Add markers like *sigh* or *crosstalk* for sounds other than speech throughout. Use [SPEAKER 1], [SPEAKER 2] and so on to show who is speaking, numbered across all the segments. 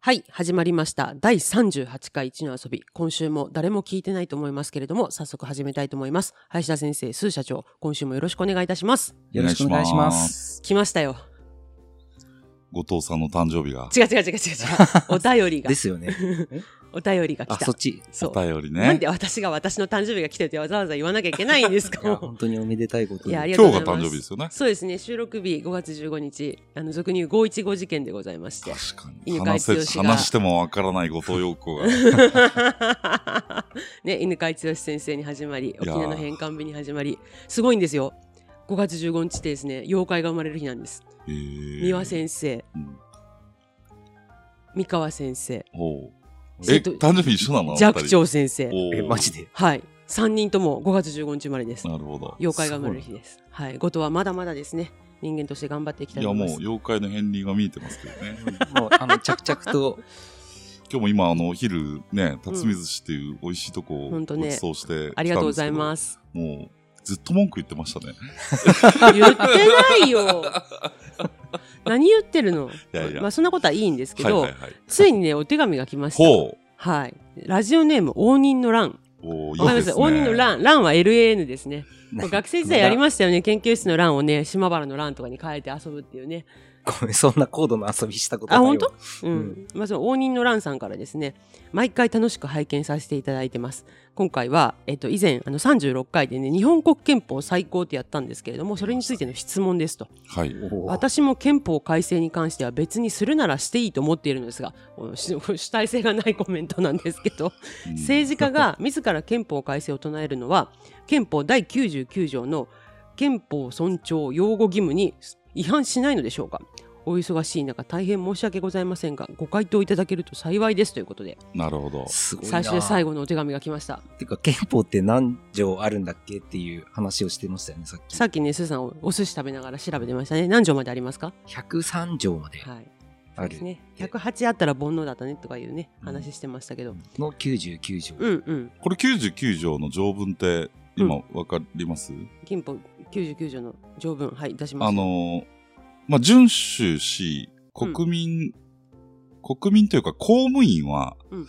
[SPEAKER 1] はい、始まりました。第38回一の遊び。今週も誰も聞いてないと思いますけれども、早速始めたいと思います。林田先生、スー社長、今週もよろしくお願いいたします。
[SPEAKER 2] よろしくお願いします。
[SPEAKER 1] 来ましたよ。
[SPEAKER 3] 後藤さんの誕生日が。
[SPEAKER 1] 違う違う違う
[SPEAKER 2] *laughs*
[SPEAKER 1] 違う違う。お便りが
[SPEAKER 2] で、すよね。
[SPEAKER 1] お便りが来
[SPEAKER 2] あ、
[SPEAKER 1] た。
[SPEAKER 2] そっち。
[SPEAKER 1] そう
[SPEAKER 3] お便り
[SPEAKER 1] なん
[SPEAKER 3] ね
[SPEAKER 1] で。私が私の誕生日が来てるってわざわざ言わなきゃいけないんですか
[SPEAKER 2] いや、本当におめでたいこと
[SPEAKER 1] いやあり
[SPEAKER 2] で。
[SPEAKER 1] がとう
[SPEAKER 3] 今
[SPEAKER 1] ございます
[SPEAKER 3] 日が誕生日ですよね。
[SPEAKER 1] そうですね、収録日5月15日、あの俗に言う515事件でございまして。
[SPEAKER 3] 確かに。
[SPEAKER 1] 犬飼
[SPEAKER 3] 話せ、
[SPEAKER 1] 剛が
[SPEAKER 3] 話してもわからない後藤
[SPEAKER 1] *laughs*
[SPEAKER 3] 陽子が。
[SPEAKER 1] ね、犬飼剛先生に始まり、
[SPEAKER 3] い
[SPEAKER 1] 沖
[SPEAKER 3] やー
[SPEAKER 1] 縄の返還日に始まり、すごいんですよ。5月15日ってですね、妖怪が生まれる日なんです。
[SPEAKER 3] えー
[SPEAKER 1] 三輪先生、
[SPEAKER 3] うん
[SPEAKER 1] 三河先生、
[SPEAKER 3] ほうえ、
[SPEAKER 1] 瀬戸
[SPEAKER 3] 誕生日一緒なの
[SPEAKER 1] 寂。聴先生
[SPEAKER 3] 二。人おー
[SPEAKER 2] え、マジで。
[SPEAKER 1] はい、3人とも5月15日生まれです。
[SPEAKER 3] なるほど。
[SPEAKER 1] 妖怪が生まれる日です。はい、後藤はまだまだですね、人間として頑張っていきた
[SPEAKER 3] い
[SPEAKER 1] いと
[SPEAKER 3] や、
[SPEAKER 1] 思
[SPEAKER 3] も
[SPEAKER 1] いうます。
[SPEAKER 3] 妖怪の片鱗が見えてますけどね。
[SPEAKER 2] もう、あの、着々
[SPEAKER 1] *laughs*
[SPEAKER 2] と。
[SPEAKER 3] 今日も今、あの、お昼ね、辰水寿司っていう美味しいとこを
[SPEAKER 1] ほ
[SPEAKER 3] ご
[SPEAKER 1] んとね
[SPEAKER 3] 馳走して。。
[SPEAKER 1] ありがとうございますす。
[SPEAKER 3] もう、ずっと文句言ってましたね。
[SPEAKER 1] 言ってない *laughs* よ。何言ってるの
[SPEAKER 3] いやいや
[SPEAKER 1] まあ、そんなことはいいんですけ
[SPEAKER 3] はい
[SPEAKER 1] ど、
[SPEAKER 3] はいはい。
[SPEAKER 1] ついにねお手紙が来ました
[SPEAKER 3] ほう。
[SPEAKER 1] はいラジオネーム応仁の乱
[SPEAKER 3] お
[SPEAKER 1] わかり
[SPEAKER 3] ーいい
[SPEAKER 1] ま
[SPEAKER 3] ですすね。
[SPEAKER 1] 応仁の乱乱は LAN ですね
[SPEAKER 2] なんか
[SPEAKER 1] 学生時代やりましたよね研究室の乱をね島原の乱とかに変えて遊ぶっていうね
[SPEAKER 2] ごめん、そんな高度の遊びしたことない
[SPEAKER 1] あ
[SPEAKER 2] わ。
[SPEAKER 1] 本当うん、
[SPEAKER 2] うん
[SPEAKER 1] まあ、その応仁の乱さんからですね毎回楽しく拝見させていただいてます今回は、えっと、以前あの36回でね日本国憲法最高ってやったんですけれどもそれについての質問ですと
[SPEAKER 3] はい。
[SPEAKER 2] おー
[SPEAKER 1] 私も憲法改正に関しては別にするならしていいと思っているのですがこのし *laughs* 主体性がないコメントなんですけど
[SPEAKER 3] うん
[SPEAKER 1] 政治家が自ら憲法改正を唱えるのは憲法第99条の憲法尊重擁護義務に違反しないのでしょうかお忙しい中大変申し訳ございませんがご回答いただけると幸いですということで
[SPEAKER 3] なるほど。
[SPEAKER 2] すごいな。
[SPEAKER 1] 最初で最
[SPEAKER 2] 後。
[SPEAKER 1] 後のお手紙が来ました
[SPEAKER 2] てか、憲法って何条あるんだっけっていう話をしてましたよね、さっき。
[SPEAKER 1] さっきねすーさんおお寿司食べながら調べてましたね何条までありますか
[SPEAKER 2] 103条まで
[SPEAKER 1] はい
[SPEAKER 2] あ
[SPEAKER 1] です
[SPEAKER 2] る。
[SPEAKER 1] ね108あったら煩悩だったねとかいうね話してましたけど
[SPEAKER 2] の99条。
[SPEAKER 1] うんうん
[SPEAKER 3] これ99条の条文って、今わかります
[SPEAKER 1] 憲法99条の条文はい出します
[SPEAKER 3] あのーまあ、遵守し、国民、国民というか公務員は
[SPEAKER 1] うん、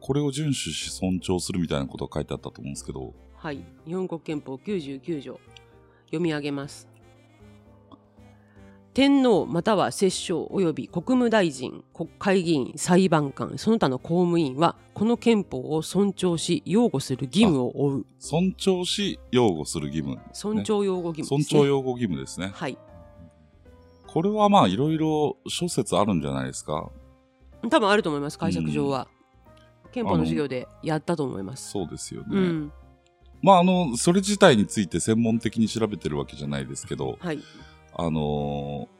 [SPEAKER 3] これを遵守し尊重するみたいなことが書いてあったと思うんですけど、
[SPEAKER 1] はい、日本国憲法99条読み上げます天皇または摂政及び国務大臣国会議員裁判官その他の公務員はこの憲法を尊重し擁護する義務を負う
[SPEAKER 3] 尊重し、擁護する義務、
[SPEAKER 1] 尊重擁護義務
[SPEAKER 3] 尊
[SPEAKER 1] です、ね
[SPEAKER 3] 重擁護義務ですね。
[SPEAKER 1] はい
[SPEAKER 3] これはまあ、いろいろ諸説あるんじゃないですか。
[SPEAKER 1] 多分あると思います解釈上は、憲法の授業でやったと思います
[SPEAKER 3] そうですよね。
[SPEAKER 1] うん
[SPEAKER 3] まあ、あの、それ自体について専門的に調べてるわけじゃないですけど、
[SPEAKER 1] はい
[SPEAKER 3] あのー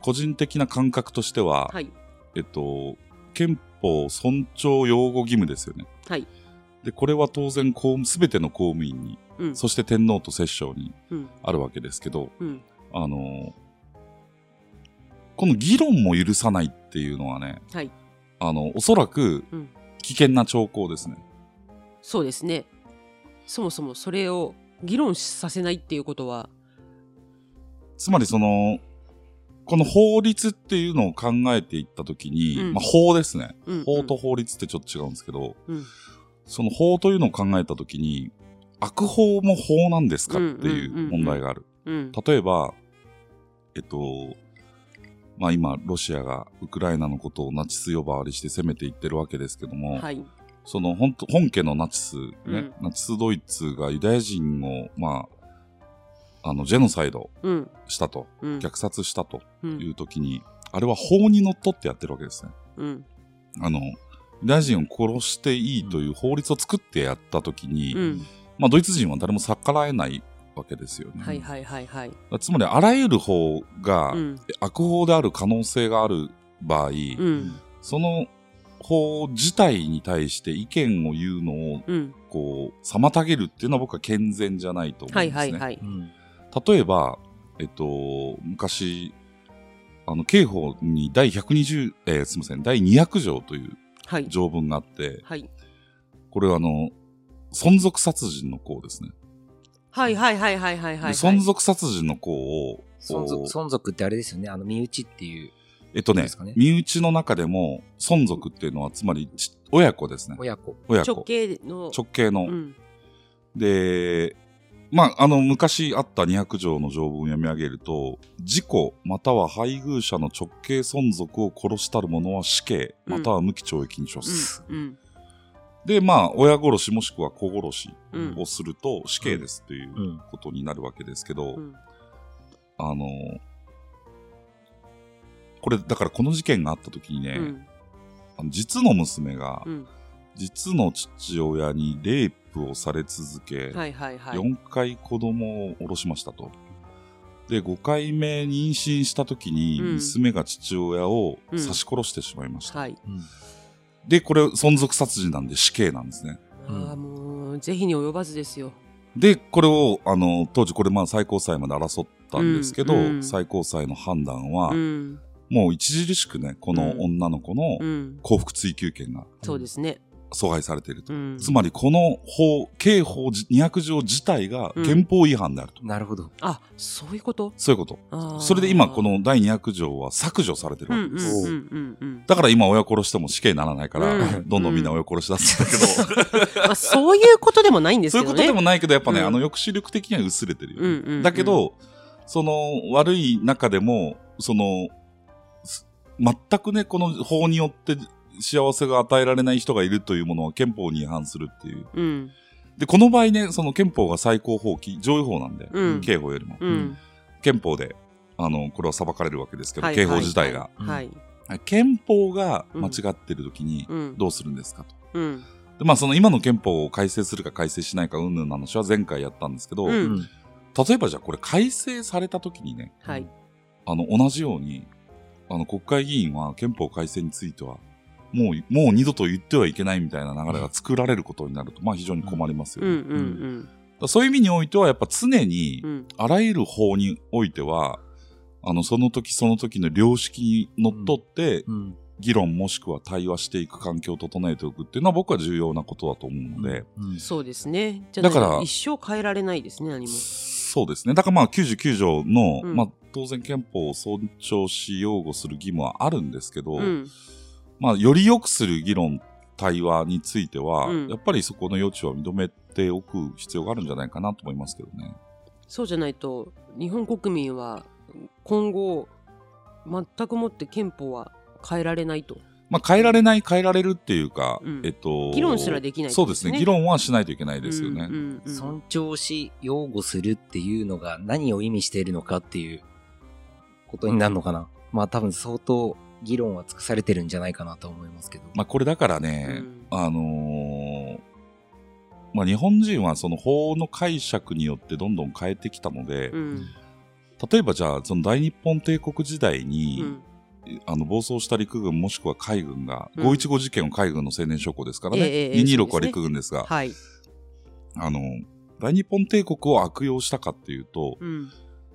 [SPEAKER 3] 個人的な感覚としては、
[SPEAKER 1] はい
[SPEAKER 3] えっと、憲法尊重擁護義務ですよね。
[SPEAKER 1] はい
[SPEAKER 3] で、これは当然公務、すべての公務員に、
[SPEAKER 1] うん
[SPEAKER 3] そして天皇と摂政に
[SPEAKER 1] うん
[SPEAKER 3] あるわけですけど、
[SPEAKER 1] うん
[SPEAKER 3] あのーこの議論も許さないっていうのはね、
[SPEAKER 1] はい
[SPEAKER 3] あの、おそらく
[SPEAKER 1] うん、
[SPEAKER 3] 危険な兆候ですね。
[SPEAKER 1] そうですね。そもそもそれを議論させないっていうことは、
[SPEAKER 3] つまりその、この法律っていうのを考えていったときに、
[SPEAKER 1] うん
[SPEAKER 3] まあ法ですね。
[SPEAKER 1] うん
[SPEAKER 3] 法と法律ってちょっと違うんですけど、
[SPEAKER 1] うん
[SPEAKER 3] その法というのを考えたときに、悪法も法なんですかっていう問題がある。
[SPEAKER 1] うん
[SPEAKER 3] 例えば、えっと、まあ今、ロシアがウクライナのことをナチス呼ばわりして攻めていってるわけですけども、
[SPEAKER 1] はい
[SPEAKER 3] その本当本家のナチス、ね
[SPEAKER 1] うん
[SPEAKER 3] ナチスドイツがユダヤ人を、まあ、あの、ジェノサイド
[SPEAKER 1] うん
[SPEAKER 3] したと、
[SPEAKER 1] うん
[SPEAKER 3] 虐殺したと
[SPEAKER 1] う
[SPEAKER 3] い
[SPEAKER 1] ん
[SPEAKER 3] うときに、あれは法にのっとってやってるわけですね。
[SPEAKER 1] うん
[SPEAKER 3] あの、ユダヤ人を殺していいという法律を作ってやったときに、
[SPEAKER 1] うん
[SPEAKER 3] まあ、ドイツ人は誰も逆らえないわけですよね。
[SPEAKER 1] はいはいはいはい
[SPEAKER 3] つまり、あらゆる法が
[SPEAKER 1] うん
[SPEAKER 3] 悪法である可能性がある場合、
[SPEAKER 1] うん
[SPEAKER 3] その法自体に対して意見を言うのを、
[SPEAKER 1] うん
[SPEAKER 3] こう、妨げるっていうのは僕は健全じゃないと思うんです
[SPEAKER 1] は
[SPEAKER 3] ね。
[SPEAKER 1] いはいはい
[SPEAKER 2] うん。
[SPEAKER 3] 例えば、えっと、昔、あの、刑法に第120、えーすみません、第200条という
[SPEAKER 1] はい
[SPEAKER 3] 条文があって、
[SPEAKER 1] はい
[SPEAKER 3] これはあの、存続殺人の項ですね。
[SPEAKER 1] はいはいはいはいはいはい
[SPEAKER 3] で存続殺人の項を、
[SPEAKER 2] 存
[SPEAKER 3] こう
[SPEAKER 2] 続、存続ってあれですよね。あの、身内っていう。
[SPEAKER 3] えっと
[SPEAKER 2] いい
[SPEAKER 3] ね
[SPEAKER 2] ですかね
[SPEAKER 3] 身内の中でも、孫族っていうのは、つまりち、親子ですね。
[SPEAKER 2] 親子。
[SPEAKER 3] 親子。
[SPEAKER 1] 直径の
[SPEAKER 3] 直系の。
[SPEAKER 1] うん
[SPEAKER 3] で、まあ、あの、昔あった200条の条文を読み上げると、事故または配偶者の直系孫族を殺したる者は死刑、
[SPEAKER 1] うん
[SPEAKER 3] または無期懲役に処す。
[SPEAKER 1] うん
[SPEAKER 3] で、まあ、親殺しもしくは子殺し
[SPEAKER 1] うん
[SPEAKER 3] をすると死刑ですという
[SPEAKER 2] うん。
[SPEAKER 3] ことになるわけですけど、
[SPEAKER 1] うん
[SPEAKER 3] あの、これ、だからこの事件があった時にね、
[SPEAKER 1] うん
[SPEAKER 3] あの実の娘が
[SPEAKER 1] う、ん
[SPEAKER 3] 実の父親にレイプをされ続け、
[SPEAKER 1] はいはいはい
[SPEAKER 3] 4回子供を下ろしましたと。で、5回目妊娠した時に、
[SPEAKER 1] うん
[SPEAKER 3] 娘が父親を
[SPEAKER 1] うん
[SPEAKER 3] 刺し殺してしまいました。
[SPEAKER 1] はい
[SPEAKER 2] うん
[SPEAKER 3] で、これ、存続殺人なんで死刑なんですね。
[SPEAKER 1] ああもう是非に及ばずですよ
[SPEAKER 3] で、これを、あの、当時これまあ最高裁まで争ったんですけど、
[SPEAKER 1] うんうん
[SPEAKER 3] 最高裁の判断は、
[SPEAKER 1] うん
[SPEAKER 3] もう著しくね、この女の子の
[SPEAKER 1] うん
[SPEAKER 3] 幸福追求権が
[SPEAKER 1] そうですね
[SPEAKER 3] 阻害されていると。
[SPEAKER 1] うん
[SPEAKER 3] つまり、この法、刑法じ200条自体が
[SPEAKER 1] うん
[SPEAKER 3] 憲法違反であると。
[SPEAKER 2] なるほど。
[SPEAKER 1] あそういうこと
[SPEAKER 3] そういうこと。それで今この第200条は削除されてる
[SPEAKER 1] うんう
[SPEAKER 3] わ
[SPEAKER 1] ん
[SPEAKER 3] け
[SPEAKER 1] う
[SPEAKER 3] です。
[SPEAKER 1] んうんうん
[SPEAKER 3] だから今親殺しても死刑にならないから、
[SPEAKER 1] うん
[SPEAKER 3] どんどんみんな親殺しだすんだけど、
[SPEAKER 1] まあそういうことでもないんです
[SPEAKER 3] そうい
[SPEAKER 1] け
[SPEAKER 3] う
[SPEAKER 1] ど
[SPEAKER 3] こ
[SPEAKER 1] ね
[SPEAKER 3] とでもないけど、やっぱね、
[SPEAKER 1] うん
[SPEAKER 3] あの抑止力的には薄れてるよ、
[SPEAKER 1] うんうんうん
[SPEAKER 3] だけど、その悪い中でも、その、す全くね、この法によって幸せが与えられない人がいるというものは憲法に違反するっていう。
[SPEAKER 1] うん
[SPEAKER 3] で、この場合ね、その憲法が最高法規、上位法なんで、
[SPEAKER 1] うん
[SPEAKER 3] 刑法よりも。
[SPEAKER 1] うん
[SPEAKER 3] 憲法で、あの、これは裁かれるわけですけど、
[SPEAKER 1] はい
[SPEAKER 3] 刑法自体が。
[SPEAKER 1] はい
[SPEAKER 3] 憲法が間違ってる時に
[SPEAKER 1] うん
[SPEAKER 3] どうするんですかと。
[SPEAKER 1] うん
[SPEAKER 3] でまあその今の憲法を改正するか改正しないかうんぬんの話は前回やったんですけど、
[SPEAKER 1] う
[SPEAKER 2] うんん。
[SPEAKER 3] 例えばじゃあこれ改正された時にね、
[SPEAKER 1] はい
[SPEAKER 3] あの同じように、あの国会議員は憲法改正については、もう、もう二度と言ってはいけないみたいな流れが作られることになると、まあ非常に困りますよ
[SPEAKER 1] う
[SPEAKER 3] ね、
[SPEAKER 1] んうんうん
[SPEAKER 3] だからそういう意味においては、やっぱ常に
[SPEAKER 1] う、ん
[SPEAKER 3] あらゆる法においては、あの、その時その時の良識にのっとって、
[SPEAKER 2] うん。
[SPEAKER 3] 議論もしくは対話していく環境を整えておくっていうのは僕は重要なことだと思うので、
[SPEAKER 2] うん
[SPEAKER 1] そうですねじゃ
[SPEAKER 3] だから
[SPEAKER 1] あ一生変えられないですね何も
[SPEAKER 3] そうですね。だからまあ99条の、
[SPEAKER 1] うん
[SPEAKER 3] まあ当然憲法を尊重し擁護する義務はあるんですけど、
[SPEAKER 1] うん
[SPEAKER 3] まあより良くする議論、対話については、
[SPEAKER 1] うん
[SPEAKER 3] やっぱりそこの余地は認めておく必要があるんじゃないかなと思いますけどね。
[SPEAKER 1] そうじゃないと日本国民は今後全くもって憲法は変えられないと
[SPEAKER 3] まあ変えられない変えられるっていうか、
[SPEAKER 1] うん
[SPEAKER 3] えっと、
[SPEAKER 1] 議論すらできないって
[SPEAKER 3] そ
[SPEAKER 1] こ
[SPEAKER 3] う
[SPEAKER 1] と
[SPEAKER 3] で
[SPEAKER 1] ですす
[SPEAKER 3] ね
[SPEAKER 1] ね
[SPEAKER 3] 議論はしないといけないですよね。
[SPEAKER 1] うんうんうん
[SPEAKER 2] 尊重し、擁護するっていうのが何を意味しているのかっていうことになるのかな。まあ多分相当議論は尽くされてるんじゃないかなと思いますけど。
[SPEAKER 3] まあこれだからね、あのーまあ、日本人はその法の解釈によってどんどん変えてきたので、
[SPEAKER 1] うん
[SPEAKER 3] 例えばじゃあその大日本帝国時代に、
[SPEAKER 1] うん
[SPEAKER 3] あの暴走した陸軍もしくは海軍が、
[SPEAKER 1] うん
[SPEAKER 3] 515事件を海軍の青年将校ですからね、
[SPEAKER 1] ええええそう
[SPEAKER 3] 226は
[SPEAKER 1] ですね
[SPEAKER 3] 陸軍ですが、
[SPEAKER 1] はい
[SPEAKER 3] あの大日本帝国を悪用したかっていうと、
[SPEAKER 1] うん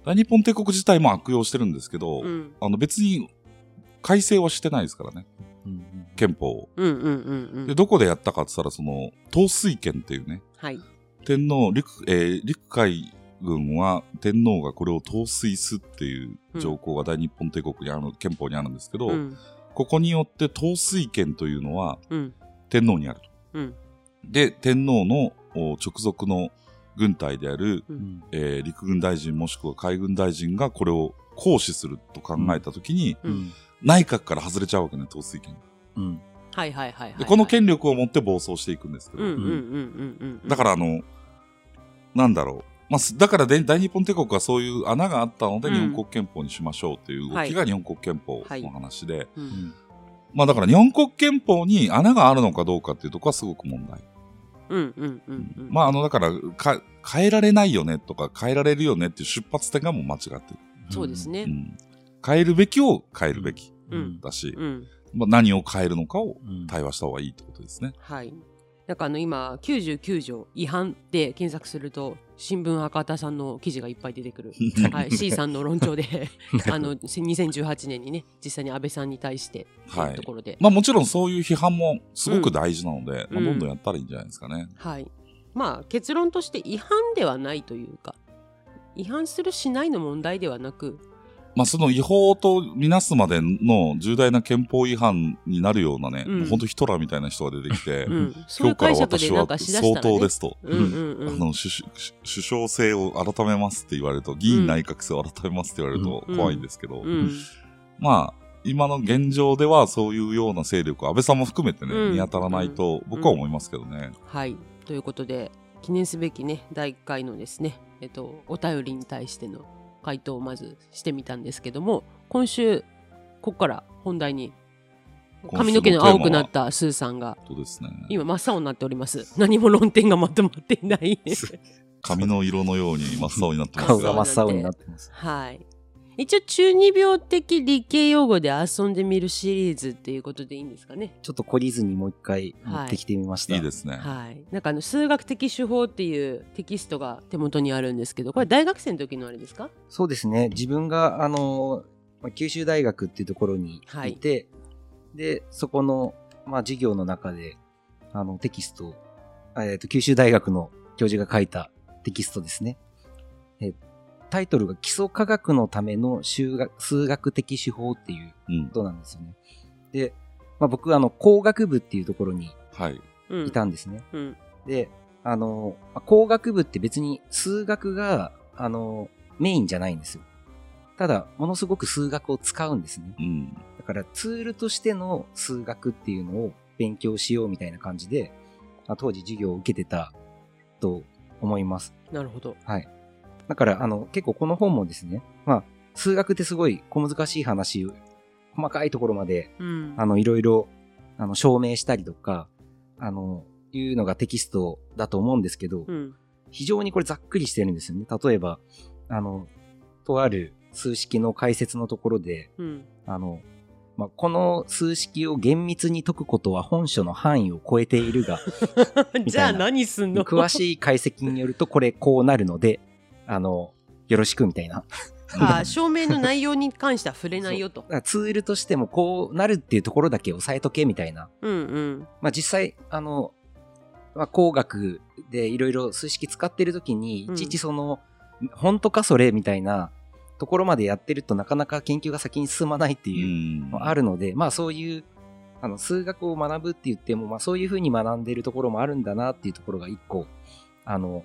[SPEAKER 3] 大日本帝国自体も悪用してるんですけど、
[SPEAKER 1] うん
[SPEAKER 3] あの別に改正はしてないですからね
[SPEAKER 2] うん
[SPEAKER 3] 憲法を。
[SPEAKER 1] うんうんうんう
[SPEAKER 3] で
[SPEAKER 1] ん
[SPEAKER 3] どこでやったかって言ったらその統帥権っていうね
[SPEAKER 1] はい
[SPEAKER 3] 天皇陸,、えー陸海軍は天皇がこれを統帥すっていう条項が大日本帝国にある憲法にあるんですけど、
[SPEAKER 1] うん
[SPEAKER 3] ここによって統帥権というのは
[SPEAKER 1] うん
[SPEAKER 3] 天皇にあると。
[SPEAKER 1] うん
[SPEAKER 3] で天皇のお直属の軍隊である、
[SPEAKER 1] う
[SPEAKER 2] うんん
[SPEAKER 3] えー陸軍大臣もしくは海軍大臣がこれを行使すると考えた時に、
[SPEAKER 1] う
[SPEAKER 2] うんん
[SPEAKER 3] 内閣から外れちゃうわけね統帥権が
[SPEAKER 2] うん
[SPEAKER 1] はいはいはいはい
[SPEAKER 3] でこの権力を持って暴走していくんですけど、
[SPEAKER 1] うんうんうんうんうん
[SPEAKER 3] だからあの、なんだろう。まあ、すだからで大日本帝国はそういう穴があったので、
[SPEAKER 1] うん
[SPEAKER 3] 日本国憲法にしましょうという動きが日本国憲法の話で、
[SPEAKER 1] らうん
[SPEAKER 3] まあだから日本国憲法に穴があるのかどうかっていうところはすごく問題。
[SPEAKER 1] うんうんうんうん
[SPEAKER 3] まああの、だからか、変えられないよねとか変えられるよねっていう出発点がもう間違ってる。
[SPEAKER 1] そうです。ね
[SPEAKER 3] うん変えるべきを変えるべき
[SPEAKER 1] うん
[SPEAKER 3] だし、
[SPEAKER 1] うん
[SPEAKER 3] まあ、何を変えるのかを
[SPEAKER 2] うん
[SPEAKER 3] 対話した方がいいってことですね。
[SPEAKER 1] はい。なんかあの今99条違反で検索すると新聞博多さんの記事がいっぱい出てく
[SPEAKER 3] *laughs*
[SPEAKER 1] る、はい、C さんの論調であの2018年にね実際に安倍さんに対してって
[SPEAKER 3] はい
[SPEAKER 1] いうところで、
[SPEAKER 3] まあもちろんそういう批判もすごく大事なので、
[SPEAKER 1] うん
[SPEAKER 3] まあどんどんやったらいいんじゃないですかね。
[SPEAKER 1] はい、まあ結論として違反ではないというか違反するしないの問題ではなく
[SPEAKER 3] まあ、その違法とみなすまでの重大な憲法違反になるようなね、
[SPEAKER 1] うん
[SPEAKER 3] もう本当ヒトラーみたいな人が出てきて、 *laughs*
[SPEAKER 1] うん、そうい
[SPEAKER 3] 今
[SPEAKER 1] う
[SPEAKER 3] 日から
[SPEAKER 1] 解釈で
[SPEAKER 3] 私
[SPEAKER 1] な
[SPEAKER 3] は
[SPEAKER 1] んかしだした
[SPEAKER 3] 相
[SPEAKER 1] ら、ね、
[SPEAKER 3] 当ですと、
[SPEAKER 1] うんうん
[SPEAKER 3] *laughs* あ
[SPEAKER 1] うん、
[SPEAKER 3] の首相首相制を改めますって言われると、議員内閣制を改めますって言われると
[SPEAKER 1] うん
[SPEAKER 3] 怖いんですけど、
[SPEAKER 1] うん
[SPEAKER 3] まあ、今の現状ではそういうような勢力、安倍さんも含めてね、
[SPEAKER 1] うん
[SPEAKER 3] 見当たらないと僕は思いますけどね。
[SPEAKER 1] はいということで記念すべきね第1回のですね、えっと、お便りに対しての回答をまずしてみたんですけども今週ここから本題に髪の毛の青くなったスーさんが
[SPEAKER 3] そうですね。
[SPEAKER 1] 今真っ青になっております何も論点がまとまっていない
[SPEAKER 3] 髪の色のように真っ青になってます
[SPEAKER 2] 顔が
[SPEAKER 3] が、
[SPEAKER 2] 真っ青になってます。
[SPEAKER 1] はい一応中二病的理系用語で遊んでみるシリーズっていうことでいいんですかね
[SPEAKER 2] ちょっと懲りずにもう一回持ってきてみました。
[SPEAKER 3] いいですね。
[SPEAKER 1] はい、なんかあの数学的手法っていうテキストが手元にあるんですけどこれ大学生の時のあれですか
[SPEAKER 2] そうですね。自分が、あの、まあ九州大学っていうところにいて、で、そこの、まあ、授業の中で、あの、テキスト、えっ、と、九州大学の教授が書いたテキストですね。えタイトルが基礎科学のための修学数学的手法っていう
[SPEAKER 3] うん
[SPEAKER 2] こ。となんですよね。で、まあ、僕はあの、工学部っていうところに
[SPEAKER 3] はい。
[SPEAKER 1] うん
[SPEAKER 2] いたんですね。
[SPEAKER 1] うん
[SPEAKER 2] で、あの、まあ工学部って別に数学が、あの、メインじゃないんですよ。ただ、ものすごく数学を使うんですね。
[SPEAKER 3] うん。
[SPEAKER 2] だからツールとしての数学っていうのを勉強しようみたいな感じで、あ当時授業を受けてたと思います。
[SPEAKER 1] なるほど
[SPEAKER 2] はい。だから、あの、結構この本もですね、まあ、数学ってすごい小難しい話を、細かいところまで
[SPEAKER 1] うん
[SPEAKER 2] あの、いろいろ、あの、証明したりとか、あの、いうのがテキストだと思うんですけど、
[SPEAKER 1] うん
[SPEAKER 2] 非常にこれざっくりしてるんですよね。例えば、あの、とある数式の解説のところで、
[SPEAKER 1] うん *laughs*
[SPEAKER 2] あの、まあ、この数式を厳密に解くことは本書の範囲を超えているが、な
[SPEAKER 1] じゃあ何すんの
[SPEAKER 2] 詳しい解析によるとこれこうなるので、あの、よろしくみたいな。
[SPEAKER 1] あー証明の内容に関しては触れないよ
[SPEAKER 2] *laughs*
[SPEAKER 1] と
[SPEAKER 2] だ。からツールとしてもこうなるっていうところだけ押さえとけみたいな
[SPEAKER 1] うんうん
[SPEAKER 2] まあ、実際、あの、まあ、工学でいろいろ数式使ってるときに、い
[SPEAKER 1] うん
[SPEAKER 2] ちいちその、本当かそれみたいなところまでやってるとなかなか研究が先に進まないって
[SPEAKER 3] *laughs* う
[SPEAKER 2] いうんのもあるので、まあそういう、あの、数学を学ぶって言っても、まあそういうふうに学んでるところもあるんだなっていうところが一個、あの、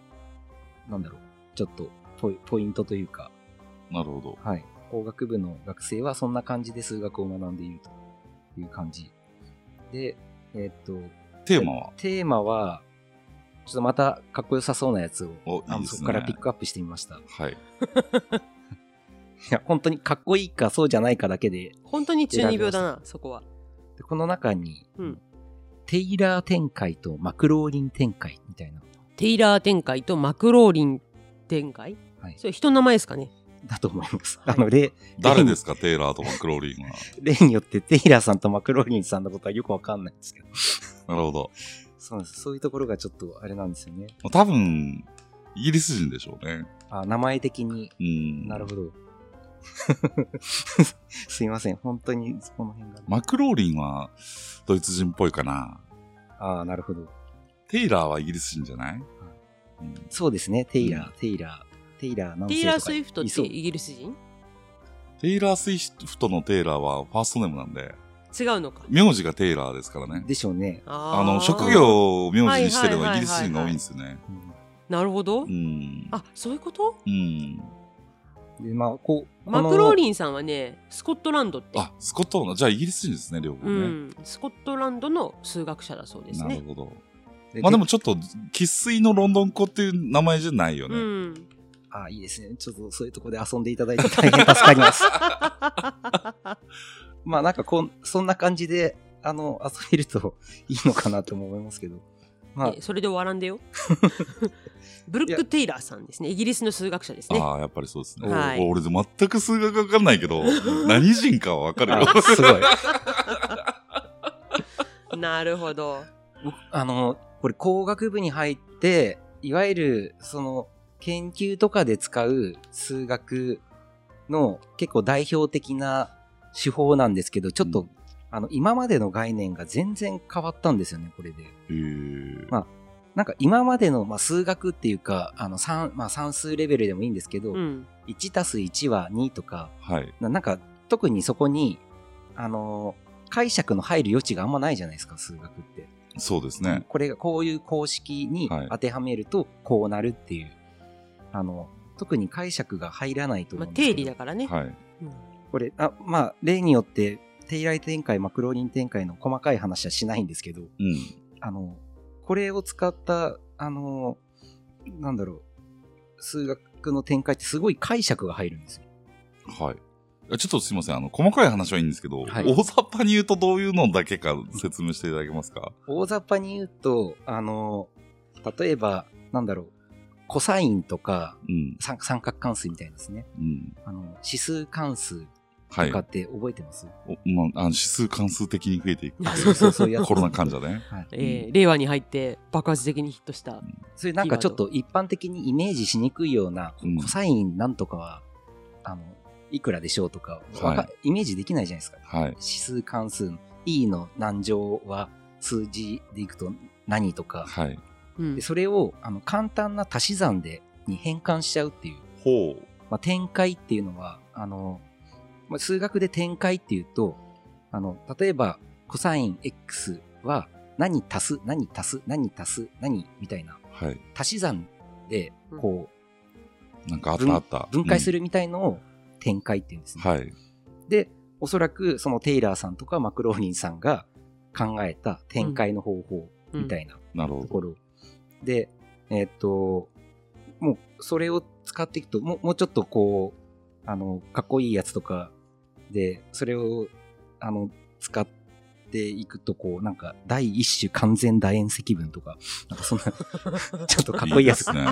[SPEAKER 2] なんだろう、ちょっとポイポイントというか、
[SPEAKER 3] なるほど。
[SPEAKER 2] はい。工学部の学生はそんな感じで数学を学んでいるという感じ。で、えっと、
[SPEAKER 3] テーマは
[SPEAKER 2] テーマは、ちょっとまたかっこよさそうなやつを、
[SPEAKER 3] お、
[SPEAKER 2] あ
[SPEAKER 3] い
[SPEAKER 2] の
[SPEAKER 3] いです
[SPEAKER 2] そこ
[SPEAKER 3] ね。
[SPEAKER 2] からピックアップしてみました。い
[SPEAKER 3] はい。
[SPEAKER 2] や、本当にかっこいいかそうじゃないかだけで、
[SPEAKER 1] 本当に中二病だなそこは
[SPEAKER 2] でこの中に、
[SPEAKER 1] うん
[SPEAKER 2] テイラー展開とマクローリン展開みたいな、
[SPEAKER 1] テイラー展開とマクローリン展開
[SPEAKER 2] はい、
[SPEAKER 1] それ人の名前ですかね
[SPEAKER 2] だと思います。
[SPEAKER 1] はい
[SPEAKER 2] あの、例、
[SPEAKER 3] 誰ですか、テイラーとマクローリンは。
[SPEAKER 2] 例によってテイラーさんとマクローリンさんのことはよくわかんないんですけど、
[SPEAKER 3] なるほど。
[SPEAKER 2] そうなんです。そういうところがちょっとあれなんですよね。
[SPEAKER 3] まあ多分、イギリス人でしょうね。
[SPEAKER 2] あ、名前的に、
[SPEAKER 3] うん。
[SPEAKER 2] なるほ
[SPEAKER 3] *laughs*
[SPEAKER 2] ど。すいません。本当に、この辺が。
[SPEAKER 3] マクローリンはドイツ人っぽいかな。
[SPEAKER 2] ああ、なるほど。
[SPEAKER 3] テイラーはイギリス人じゃない、うん、
[SPEAKER 2] そうですね、テイラー、テイラー、テイラーなん
[SPEAKER 1] テイラー・スウィフトって
[SPEAKER 2] そう
[SPEAKER 1] イギリス人
[SPEAKER 3] テイラー・スイフトのテイラーはファーストネームなんで、
[SPEAKER 1] 違うのか
[SPEAKER 3] 名字がテイラーですからね。
[SPEAKER 2] でしょうね。
[SPEAKER 1] あー
[SPEAKER 3] あの、職業を名字にしてるのはイギリス人が多いんですよね。
[SPEAKER 2] う
[SPEAKER 1] なるほど
[SPEAKER 3] うん。
[SPEAKER 1] あそういうこと
[SPEAKER 3] うん。
[SPEAKER 2] んで、まあ、こう、
[SPEAKER 1] マクロー
[SPEAKER 2] ン。
[SPEAKER 1] リンさんはねスコットランドって
[SPEAKER 3] あ、スコットランド。じゃあイギリス人ですね、両方
[SPEAKER 1] う
[SPEAKER 3] ね。
[SPEAKER 1] ん、スコットランドの数学者だそうです
[SPEAKER 3] な
[SPEAKER 1] ね。
[SPEAKER 3] るほど。ま
[SPEAKER 2] ま
[SPEAKER 3] あ
[SPEAKER 2] あ
[SPEAKER 3] で
[SPEAKER 2] で
[SPEAKER 3] も
[SPEAKER 2] も、
[SPEAKER 3] ちょっと、喫水のロンドン子っていう名前じゃないよ
[SPEAKER 1] う
[SPEAKER 3] ね。
[SPEAKER 1] ん、
[SPEAKER 2] あいいですね。ちょっとそういうとこで遊んでいただいて大変助 *laughs* かります。まあなんかこん、そんな感じで、あの、遊べるといいのかなとも思いますけど。まあ
[SPEAKER 1] え、それで笑んでよ。ブルック・テイラーさんですね。イギリスの数学者ですね。
[SPEAKER 3] ああ、やっぱりそうですね。
[SPEAKER 1] はい
[SPEAKER 3] お俺全く数学わかんないけ
[SPEAKER 1] *laughs*
[SPEAKER 3] ど、何人かはわかるよ。
[SPEAKER 2] あすごい。
[SPEAKER 1] なるほど。
[SPEAKER 2] 僕あの、これ工学部に入って、いわゆる、その、研究とかで使う数学の結構代表的な手法なんですけど、ちょっと、
[SPEAKER 3] うん
[SPEAKER 2] あの、今までの概念が全然変わったんですよね、これで。
[SPEAKER 3] へー
[SPEAKER 2] まあなんか今までの、まあ、数学っていうか、あの算、まあ、算数レベルでもいいんですけど、
[SPEAKER 1] うん、
[SPEAKER 2] 1たす1は2とか、
[SPEAKER 3] はい。
[SPEAKER 2] ななんか特にそこに、あのー解釈の入る余地があんまないじゃないですか、数学って。
[SPEAKER 3] そうですね。
[SPEAKER 2] これがこういう公式に
[SPEAKER 3] はい
[SPEAKER 2] 当てはめるとこうなるっていう、あの、特に解釈が入らないと
[SPEAKER 1] ま
[SPEAKER 2] 思
[SPEAKER 1] あ、
[SPEAKER 2] うんですけ
[SPEAKER 1] 定
[SPEAKER 2] ど、
[SPEAKER 1] 理だからね、
[SPEAKER 3] はい。
[SPEAKER 1] うん
[SPEAKER 2] これ、あまあ、例によって、定来展開、マクローリン展開の細かい話はしないんですけど、
[SPEAKER 3] うん。
[SPEAKER 2] あの、これを使った、あの、なんだろう、数学の展開ってすごい解釈が入るんですよ。
[SPEAKER 3] はい。あちょっとすいません。あの、細かい話はいいんですけど、
[SPEAKER 2] はい
[SPEAKER 3] 大雑把に言うとどういうのだけか説明していただけますか
[SPEAKER 2] 大雑把に言うと、あの、例えば、なんだろう、コサインとか、
[SPEAKER 3] うん。
[SPEAKER 2] 三三角関数みたいですね。
[SPEAKER 3] うん。
[SPEAKER 2] あの、指数関数
[SPEAKER 3] は
[SPEAKER 2] と
[SPEAKER 3] い。
[SPEAKER 2] かって覚えてます、
[SPEAKER 3] おまあ、あの指数関数的に増えていく。
[SPEAKER 2] あそうそうそういうやつ
[SPEAKER 3] コロナ患者ね。
[SPEAKER 2] はい。
[SPEAKER 1] えー令和に入って爆発的にヒットした、
[SPEAKER 2] それなんかちょっと一般的にイメージしにくいような、
[SPEAKER 3] うん
[SPEAKER 2] コサインなんとかは、あの、いくらでしょうとか、わか
[SPEAKER 3] は
[SPEAKER 2] イメージできないじゃないですか。
[SPEAKER 3] はい。
[SPEAKER 2] 指数関数の E の難乗は数字でいくと何とか、
[SPEAKER 3] はい。
[SPEAKER 1] うん
[SPEAKER 2] でそれをあの簡単な足し算でに変換しちゃうっていう、
[SPEAKER 3] ほう。
[SPEAKER 2] まあ、展開っていうのはあの、まあ、数学で展開っていうとあの例えばコサイン x は何足す何足す何足す何みたいな
[SPEAKER 3] はい。
[SPEAKER 2] 足し算でこ
[SPEAKER 3] なんかあっ
[SPEAKER 2] 分
[SPEAKER 3] たあった。
[SPEAKER 2] う分解す
[SPEAKER 3] る。
[SPEAKER 2] るみたいのを展開っていうんですね。
[SPEAKER 3] はい。
[SPEAKER 2] で、おそらくそのテイラーさんとかマクローリンさんが考えた展開の方法みたいな
[SPEAKER 3] なるほ
[SPEAKER 2] と
[SPEAKER 3] ど。
[SPEAKER 2] ころ。で、えっと、もうそれを使っていくと、もうもうちょっとこう、あの、かっこいいやつとかで、それを、あの、使っていくと、こう、なんか、第一種完全楕円積分とか、なんか *laughs* そんな、ちょっとかっこいいやつ、
[SPEAKER 3] です
[SPEAKER 2] か *laughs*
[SPEAKER 3] ね。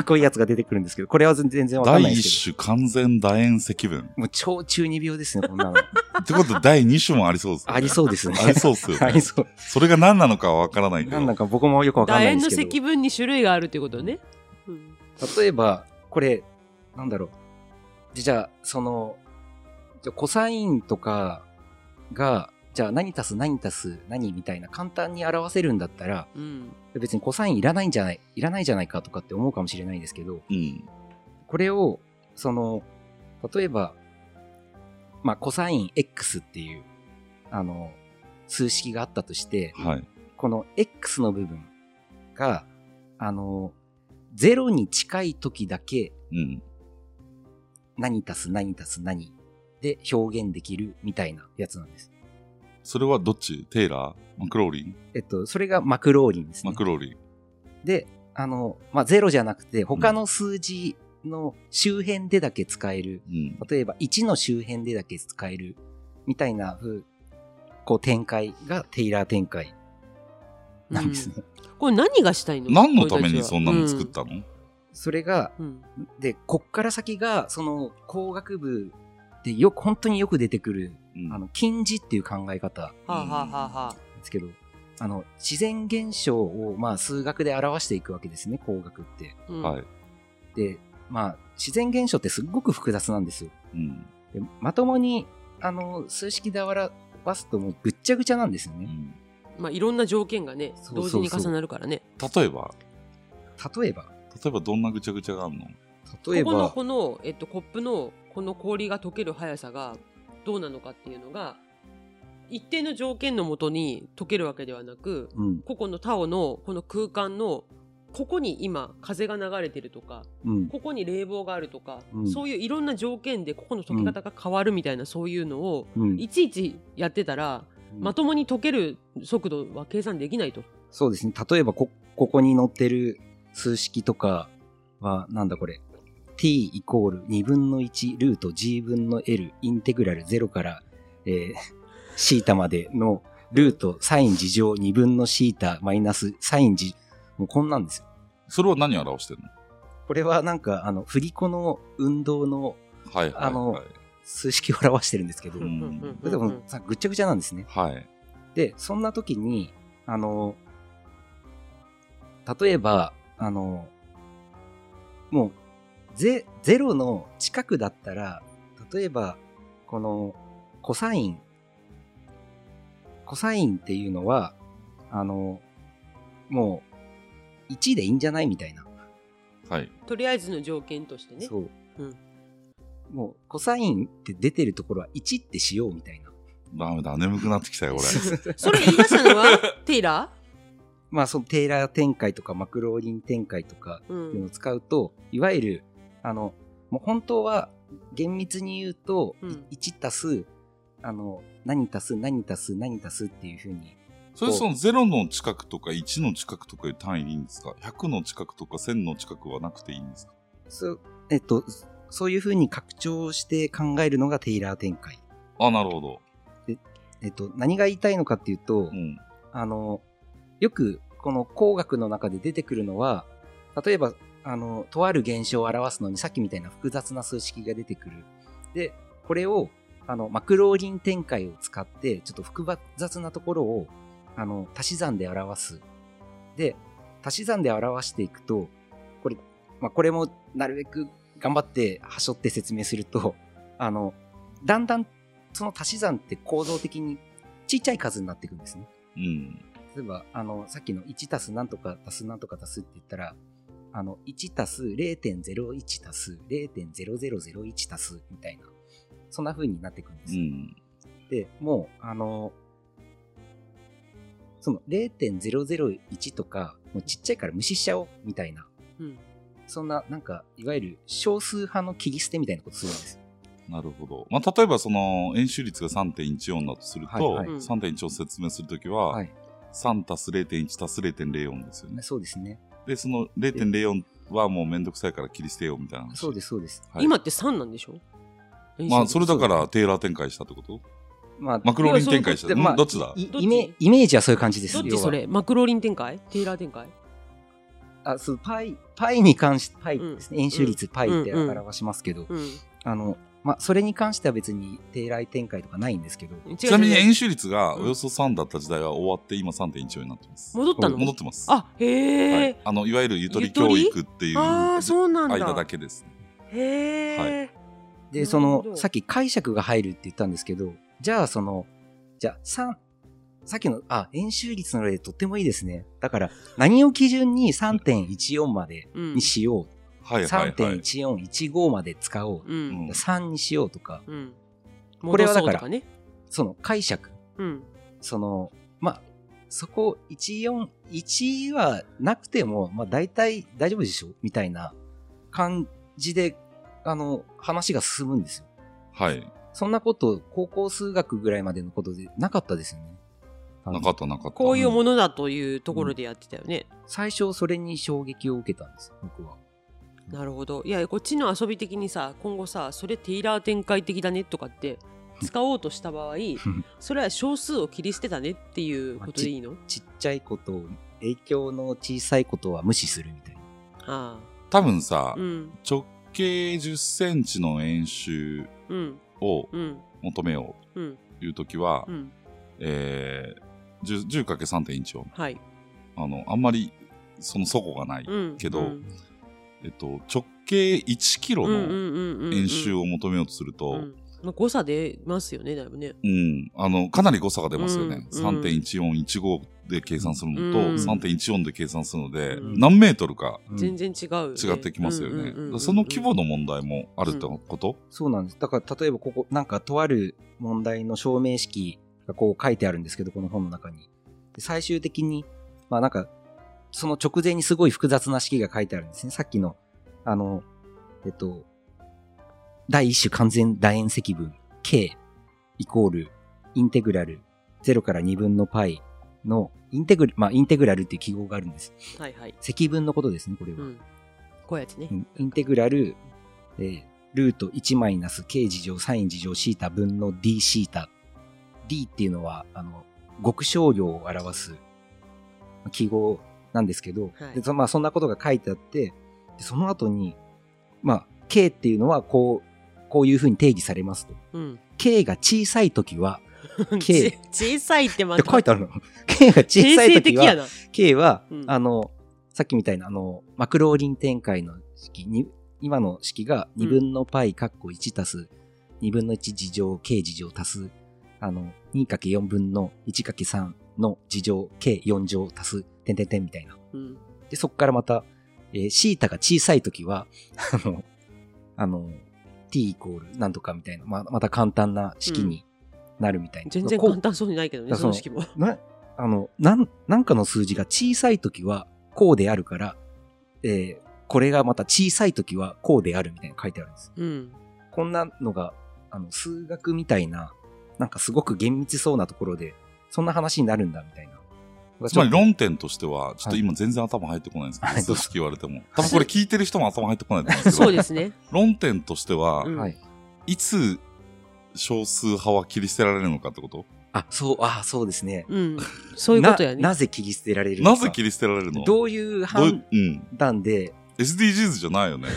[SPEAKER 2] っこいいやつが出てくるんですけど、これは全然わかんない
[SPEAKER 3] 第
[SPEAKER 2] です
[SPEAKER 3] 一
[SPEAKER 2] け
[SPEAKER 3] 種完全楕円積分。
[SPEAKER 2] ど、もう超中二病ですね、こんなの。
[SPEAKER 3] ってことで第二種もありそうですね。
[SPEAKER 2] *laughs* ありそうですね。
[SPEAKER 3] ありそうっすよ
[SPEAKER 2] *laughs*
[SPEAKER 3] ね
[SPEAKER 2] ありそう。
[SPEAKER 3] それが何なのかはわからないけど。
[SPEAKER 2] なんだか僕もよくわかん
[SPEAKER 1] 楕
[SPEAKER 2] ない
[SPEAKER 1] 円
[SPEAKER 2] で
[SPEAKER 1] の
[SPEAKER 2] すけ
[SPEAKER 1] 積
[SPEAKER 2] ど。
[SPEAKER 1] 分に種類があるということね、うん
[SPEAKER 2] 例えば、これ、なんだろう。じゃあ、その、じゃあコサインとかが、じゃあ何足す何足す何みたいな簡単に表せるんだったら、
[SPEAKER 1] うん
[SPEAKER 2] 別にコサインいらないんじゃない、いらないじゃないかとかって思うかもしれないんですけど、
[SPEAKER 3] うん。
[SPEAKER 2] これを、その、例えば、まあ、コサイン X っていう、あの、数式があったとして、
[SPEAKER 3] はい。
[SPEAKER 2] この X の部分が、あの、0に近い時だけ
[SPEAKER 3] うん。
[SPEAKER 2] 何足す何足す何で表現できるみたいなやつなんです。
[SPEAKER 3] それはどっちテイラーマクローリン
[SPEAKER 2] えっと、それがマクローリンですね
[SPEAKER 3] マ。クローリン。
[SPEAKER 2] で、あの、まあ、0じゃなくて他の数字の周辺でだけ使える、
[SPEAKER 3] うん。
[SPEAKER 2] 例えば1の周辺でだけ使えるみたいな風、こう展開がテイラー展開なんですね。
[SPEAKER 1] これ何がしたいの
[SPEAKER 3] 何のためにそんなの作っ、
[SPEAKER 1] こ
[SPEAKER 3] たの
[SPEAKER 2] それが、
[SPEAKER 1] ういう人たちはうんうん
[SPEAKER 2] で、こっから先が、その工学部でよく、本当によく出てくる、
[SPEAKER 3] うん
[SPEAKER 2] あの、近似っていう考え方
[SPEAKER 1] はあ、はあはあはあ
[SPEAKER 2] なんですけど、あの、自然現象を、まあ、数学で表していくわけですね、工学って。
[SPEAKER 1] うん
[SPEAKER 3] はい。
[SPEAKER 2] で、まあ、自然現象ってすっごく複雑なんですよ。
[SPEAKER 3] うん。
[SPEAKER 2] でまともに、あの、数式で表すともうぐっちゃぐちゃなんですよ
[SPEAKER 3] う
[SPEAKER 2] ね。
[SPEAKER 3] ん
[SPEAKER 1] まあ、いろんな条件がね
[SPEAKER 2] そう
[SPEAKER 1] 同
[SPEAKER 2] そう
[SPEAKER 1] 時
[SPEAKER 2] そう
[SPEAKER 1] に重なるからね
[SPEAKER 3] 例えば、
[SPEAKER 2] 例えば、
[SPEAKER 3] 例えばどんなぐちゃぐちゃがあるの
[SPEAKER 2] 例え
[SPEAKER 1] ここの
[SPEAKER 2] ば、
[SPEAKER 1] この、えっと、コップのこの氷が溶ける速さがどうなのかっていうのが一定の条件のもとに溶けるわけではなく
[SPEAKER 2] うん、
[SPEAKER 1] ここのタオのこの空間のここに今風が流れてるとか
[SPEAKER 2] うん、
[SPEAKER 1] ここに冷房があるとか、
[SPEAKER 2] うん
[SPEAKER 1] そういういろんな条件でここの溶け方が変わるみたいな、そういうのを
[SPEAKER 2] うん。
[SPEAKER 1] いちいちやってたら、まともに溶ける速度は計算できないと。
[SPEAKER 2] そうですね。例えばこ、ここに載ってる数式とかは、なんだこれ。t イコール2分の1ルート g 分の l インテグラル0から、えー、 *laughs* シータまでのルートサイン事乗2分のシータマイナスサイン事、もうこんなんですよ。
[SPEAKER 3] それは何表してるの
[SPEAKER 2] これはなんか、あの、振り子の運動の
[SPEAKER 3] はいはいはい。
[SPEAKER 2] あの数式を表してるんですけど
[SPEAKER 3] う、ん
[SPEAKER 2] でもさ、ぐっちゃぐちゃなんですね。
[SPEAKER 3] はい。
[SPEAKER 2] で、そんな時に、あの、例えば、あの、もう、ゼ、ゼロの近くだったら、例えば、この、コサイン、コサインっていうのは、あの、もう、 1位でいいんじゃないみたいな。
[SPEAKER 3] はい。
[SPEAKER 1] とりあえずの条件としてね。
[SPEAKER 2] そう。
[SPEAKER 1] うん
[SPEAKER 2] もう、コサインって出てるところは1ってしようみたいな。
[SPEAKER 3] ダメだ、眠くなってきたよ、これ。
[SPEAKER 1] それ言い出したのはテイラ
[SPEAKER 2] まあ、そのテイラー展開とかマクローリン展開とか
[SPEAKER 1] ーう
[SPEAKER 2] っていうのを
[SPEAKER 1] ん。
[SPEAKER 2] 使うと、いわゆる、あの、もう本当は厳密に言うと、
[SPEAKER 1] うん
[SPEAKER 2] 1足す、あの、何足す、何足す、何足すっていうふうに、
[SPEAKER 3] それその0の近くとか1の近くとかいう単位でいいんですか ?100 の近くとか1000の近くはなくていいんですか
[SPEAKER 2] そう、えっと、そういうふうに拡張して考えるのがテイラー展開。
[SPEAKER 3] あ、なるほど。
[SPEAKER 2] えっと、何が言いたいのかっていうと、
[SPEAKER 3] うん。
[SPEAKER 2] あの、よくこの工学の中で出てくるのは、例えば、あの、とある現象を表すのにさっきみたいな複雑な数式が出てくる。で、これを、あの、マクローリン展開を使って、ちょっと複雑なところを、あの、足し算で表す。で、足し算で表していくと、これ、まあ、これもなるべく頑張って、はしょって説明すると、あの、だんだんその足し算って構造的にちっちゃい数になっていくんですね。
[SPEAKER 3] うん。
[SPEAKER 2] 例えば、あの、さっきの1たす何とか足す何とか足すって言ったら、あの、1たす0.01足す0.0001足すみたいな、そんな風になってくるんで
[SPEAKER 3] う
[SPEAKER 2] す。
[SPEAKER 3] ん。
[SPEAKER 2] で、もう、あの、その0.001とか、もうちっちゃいから無視しちゃおうみたいな、
[SPEAKER 1] うん。
[SPEAKER 2] そんな、なんか、いわゆる少数派の切り捨てみたいなことするんですよ。
[SPEAKER 3] なるほど。まあ、例えばその、円周率が3.14だとすると、
[SPEAKER 2] はい
[SPEAKER 1] はい
[SPEAKER 3] 3.14を説明するときは、
[SPEAKER 2] はい。
[SPEAKER 3] 3足す0.1足す0.04ですよね。
[SPEAKER 2] そうですね。
[SPEAKER 3] で、その0.04はもうめんどくさいから切り捨てようみたいな話。
[SPEAKER 2] そうです、そうです。
[SPEAKER 3] はい
[SPEAKER 1] 今って3なんでしょ
[SPEAKER 3] まあ、それだからテーラー展開したってこと
[SPEAKER 2] まあ、
[SPEAKER 3] マクローリン展開した。
[SPEAKER 2] まあ
[SPEAKER 3] どっちだ
[SPEAKER 2] い
[SPEAKER 1] どっち
[SPEAKER 2] イメイメージはそういう感じです。
[SPEAKER 1] どっ
[SPEAKER 2] 要
[SPEAKER 1] ち
[SPEAKER 2] は
[SPEAKER 1] それマクローリン展開テイラー展開
[SPEAKER 2] あそうパイパイに関してパイですね、円周率パイって
[SPEAKER 1] うんうん
[SPEAKER 2] 表しますけど、
[SPEAKER 1] うん。
[SPEAKER 2] あのまあ、それに関しては別に定来展開とかないんですけど、
[SPEAKER 1] 違う
[SPEAKER 3] ちなみに
[SPEAKER 1] 違う違う
[SPEAKER 3] 円周率がおよそ3だった時代は終わって、今3.14になってます。
[SPEAKER 1] 戻ったの
[SPEAKER 3] 戻ってます。
[SPEAKER 1] あ、
[SPEAKER 3] は
[SPEAKER 1] へ
[SPEAKER 3] い
[SPEAKER 1] え。
[SPEAKER 3] あの、いわゆるゆとり
[SPEAKER 1] ゆと
[SPEAKER 3] 教
[SPEAKER 1] り
[SPEAKER 3] 育っていう
[SPEAKER 1] ああ、
[SPEAKER 3] 間
[SPEAKER 1] そうなんだ。
[SPEAKER 3] だけですね。
[SPEAKER 1] へえ。な
[SPEAKER 2] で
[SPEAKER 1] るほ
[SPEAKER 2] そ
[SPEAKER 1] ど
[SPEAKER 2] のさっき解釈が入るって言ったんですけどじゃあそのじゃあ3さっきのあ円周率の例とってもいいですねだから何を基準に3.14まで
[SPEAKER 1] うん
[SPEAKER 2] にしよう、
[SPEAKER 3] はいはいはい。
[SPEAKER 2] 3.1415まで使おう、
[SPEAKER 1] うん。
[SPEAKER 2] 3にしようとか
[SPEAKER 1] うん。
[SPEAKER 2] これはだから
[SPEAKER 1] 戻そうとね。
[SPEAKER 2] その解釈
[SPEAKER 1] うん。
[SPEAKER 2] その、まあ、そこ、1、4、1はなくても、まあ、大体大丈夫でしょみたいな感じで、あの、話が進むんですよ。
[SPEAKER 3] はい。
[SPEAKER 2] そんなこと、高校数学ぐらいまでのことでなかったですよね。あの
[SPEAKER 3] なかったなかった。
[SPEAKER 1] こういうものだというところでやってたよね。
[SPEAKER 2] 最初、それに衝撃を受けたんです、僕は。
[SPEAKER 1] なるほど。いや、こっちの遊び的にさ、今後さ、それテイラー展開的だねとかって使おうとした場合、それは少数を切り捨てたねっていうことでいいの
[SPEAKER 2] ちっちゃいことを、影響の小さいことは無視するみたいな。
[SPEAKER 1] あ
[SPEAKER 3] 多分さ
[SPEAKER 1] あ。う、ん。
[SPEAKER 3] 直径10センチの円周
[SPEAKER 1] うん。
[SPEAKER 3] を
[SPEAKER 1] うん。
[SPEAKER 3] 求めよ
[SPEAKER 1] うん。
[SPEAKER 3] うというときは、
[SPEAKER 1] うん。
[SPEAKER 3] えー、10×3.1 を、
[SPEAKER 1] はい。
[SPEAKER 3] あの、あんまり、その底がない。
[SPEAKER 1] うん。
[SPEAKER 3] けど
[SPEAKER 1] うん
[SPEAKER 3] えっと、直径1キロ
[SPEAKER 1] うんうん
[SPEAKER 3] の
[SPEAKER 1] うんうん。
[SPEAKER 3] 円周
[SPEAKER 1] を。
[SPEAKER 3] を求めようとすると、
[SPEAKER 1] うんまあ、誤差出ますよね、だいぶね。
[SPEAKER 3] うん、あの、かなり誤差が出ますよね。
[SPEAKER 1] うんうん
[SPEAKER 3] 3.1415で計算するのと、
[SPEAKER 1] うん
[SPEAKER 3] 3.14で計算するので、
[SPEAKER 1] うん
[SPEAKER 3] 何メートルか
[SPEAKER 2] うん
[SPEAKER 1] 全然違うよね、
[SPEAKER 3] 違ってきますよ
[SPEAKER 1] うんうん
[SPEAKER 3] ね
[SPEAKER 1] うんうんう。ん
[SPEAKER 3] その規模の問題もあるってこと、
[SPEAKER 2] そうなんです。だから、例えばここ、なんか、とある問題の証明式がこう書いてあるんですけど、この本の中に。で最終的に、まあなんか、その直前にすごい複雑な式が書いてあるんですね。さっきの、あの、えっと、第一種完全楕円積分、K イコール、インテグラル、0から2分の π の、インテグル、まあ、インテグラルっていう記号があるんです。
[SPEAKER 1] はいはい。
[SPEAKER 2] 積分のことですね、これは。
[SPEAKER 1] うん。こうやつね
[SPEAKER 2] う。んインテグラル、えールート1マイナス k 次乗サイン次乗シータ分の d シータ。d っていうのは、あの、極小量を表す記号なんですけど、
[SPEAKER 1] はい
[SPEAKER 2] でそまあそんなことが書いてあって、でその後に、まあ、k っていうのはこう、こういうふうに定義されますと。
[SPEAKER 1] うん。
[SPEAKER 2] k が小さいときは、K
[SPEAKER 1] ち *laughs* 小さいってま
[SPEAKER 2] って
[SPEAKER 1] た。
[SPEAKER 2] 書いてあるの ?k が小さい
[SPEAKER 1] 定
[SPEAKER 2] と
[SPEAKER 1] 的
[SPEAKER 2] き
[SPEAKER 1] や
[SPEAKER 2] は、
[SPEAKER 1] な。
[SPEAKER 2] k は、
[SPEAKER 1] うん
[SPEAKER 2] あの、さっきみたいな、あの、マクローリン展開の式に、今の式が
[SPEAKER 1] うん
[SPEAKER 2] 2分の π かっこ1足す、2分の1次乗 k 次乗足す、あの、2×4 分の 1×3 の次乗 k4 乗足す、点点点みたいな。
[SPEAKER 1] うん。
[SPEAKER 2] で、そこからまた、えー、シータが小さい時は、 *laughs* あの、あの、t イコールなんとかみたいな、まあ、また簡単な式になるみたいな。
[SPEAKER 1] 全然
[SPEAKER 2] こう
[SPEAKER 1] 簡単そうにないけどね、
[SPEAKER 2] だから
[SPEAKER 1] その式も。
[SPEAKER 2] な、あの、なん、なんかの数字が小さい時はこうであるから、えーこれがまた小さい時はこうであるみたいなの書いてあるんです。
[SPEAKER 1] うん。
[SPEAKER 2] こんなのが、あの、数学みたいな、なんかすごく厳密そうなところで、そんな話になるんだみたいな。
[SPEAKER 3] つま
[SPEAKER 2] ちょっ
[SPEAKER 3] り論点としては、ちょっと今全然頭入ってこないんですけど、
[SPEAKER 2] はい
[SPEAKER 3] 数式言われても。多分これ聞いてる人も頭入ってこないと思うんですけ
[SPEAKER 1] そ
[SPEAKER 3] ど
[SPEAKER 1] う、ですね。
[SPEAKER 3] 論点としては、
[SPEAKER 1] うん
[SPEAKER 2] とはい。
[SPEAKER 3] いつ少数派は切り捨てられるのかってこと
[SPEAKER 2] あ、そう、あ、そうですね。
[SPEAKER 1] うん。そういうことやね。
[SPEAKER 2] ななぜ切り捨てられるの
[SPEAKER 3] な
[SPEAKER 2] か
[SPEAKER 3] ぜ切り捨てられるの
[SPEAKER 2] どういう
[SPEAKER 3] ど
[SPEAKER 2] 判
[SPEAKER 3] ううん。
[SPEAKER 2] 断で、
[SPEAKER 3] SDGs じゃないよね。